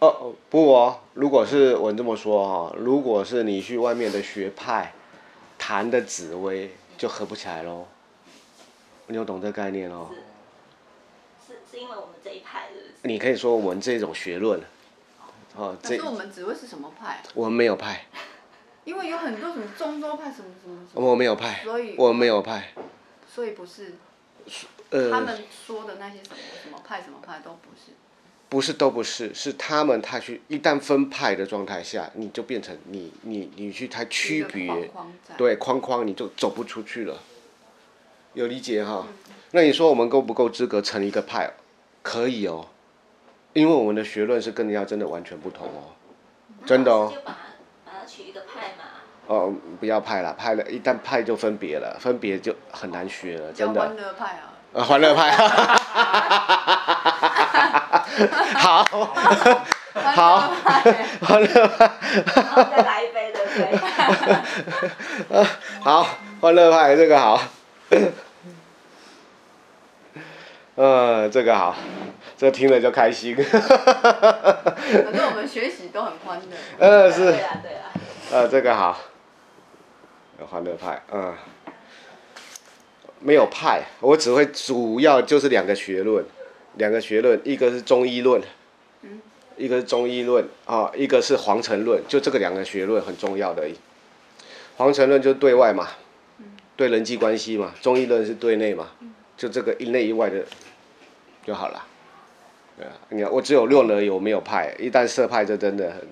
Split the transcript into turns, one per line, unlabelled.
哦，不哦，如果是我这么说哈、如果是你去外面的学派谈的紫薇，就合不起来喽。你有懂这概念哦？
是是因为我们这一派是不是？
你可以说我们这种学论，哦，
可
这
是我们紫薇是什么派啊？
我们没有派，
因为有很多什么中州派什么什么什么，
我没有派
所以，
我没有派，
所以不是他
呃，
们说的那些什么什么派什么派都不是。
不是都不是，是他们他去一旦分派的状态下，你就变成你你你去太区
一个
别
框，框在
对框框你就走不出去了，有理解哈？那你说我们够不够资格成一个派？可以哦，因为我们的学论是跟人家真的完全不同哦，真的
那老
哦
师。就把它把它取一个派嘛，
哦，不要派了，派了一旦派就分别了，分别就很难学了，
叫
真
欢
的。
乐派 啊，
呃，欢乐派，好，
欢乐派，
欢乐派。
然后再来一杯，对不 对？
好，欢乐派这个好， 呃，这个好，这听了就开心。
可是我们学习都很欢乐。
呃，是
对，啊对啊，
呃，这个好，有欢乐派，嗯，没有派，我只会主要就是两个学论，两个学论，一个是中医论，一个是中医论啊，一个是黄成论，就这个两个学论很重要的而已。黄成论就对外嘛，对人际关系嘛，中医论是对内嘛，就这个一内一外的就好了。对啊，你看我只有论而已，我没有派，一旦涉派就真的很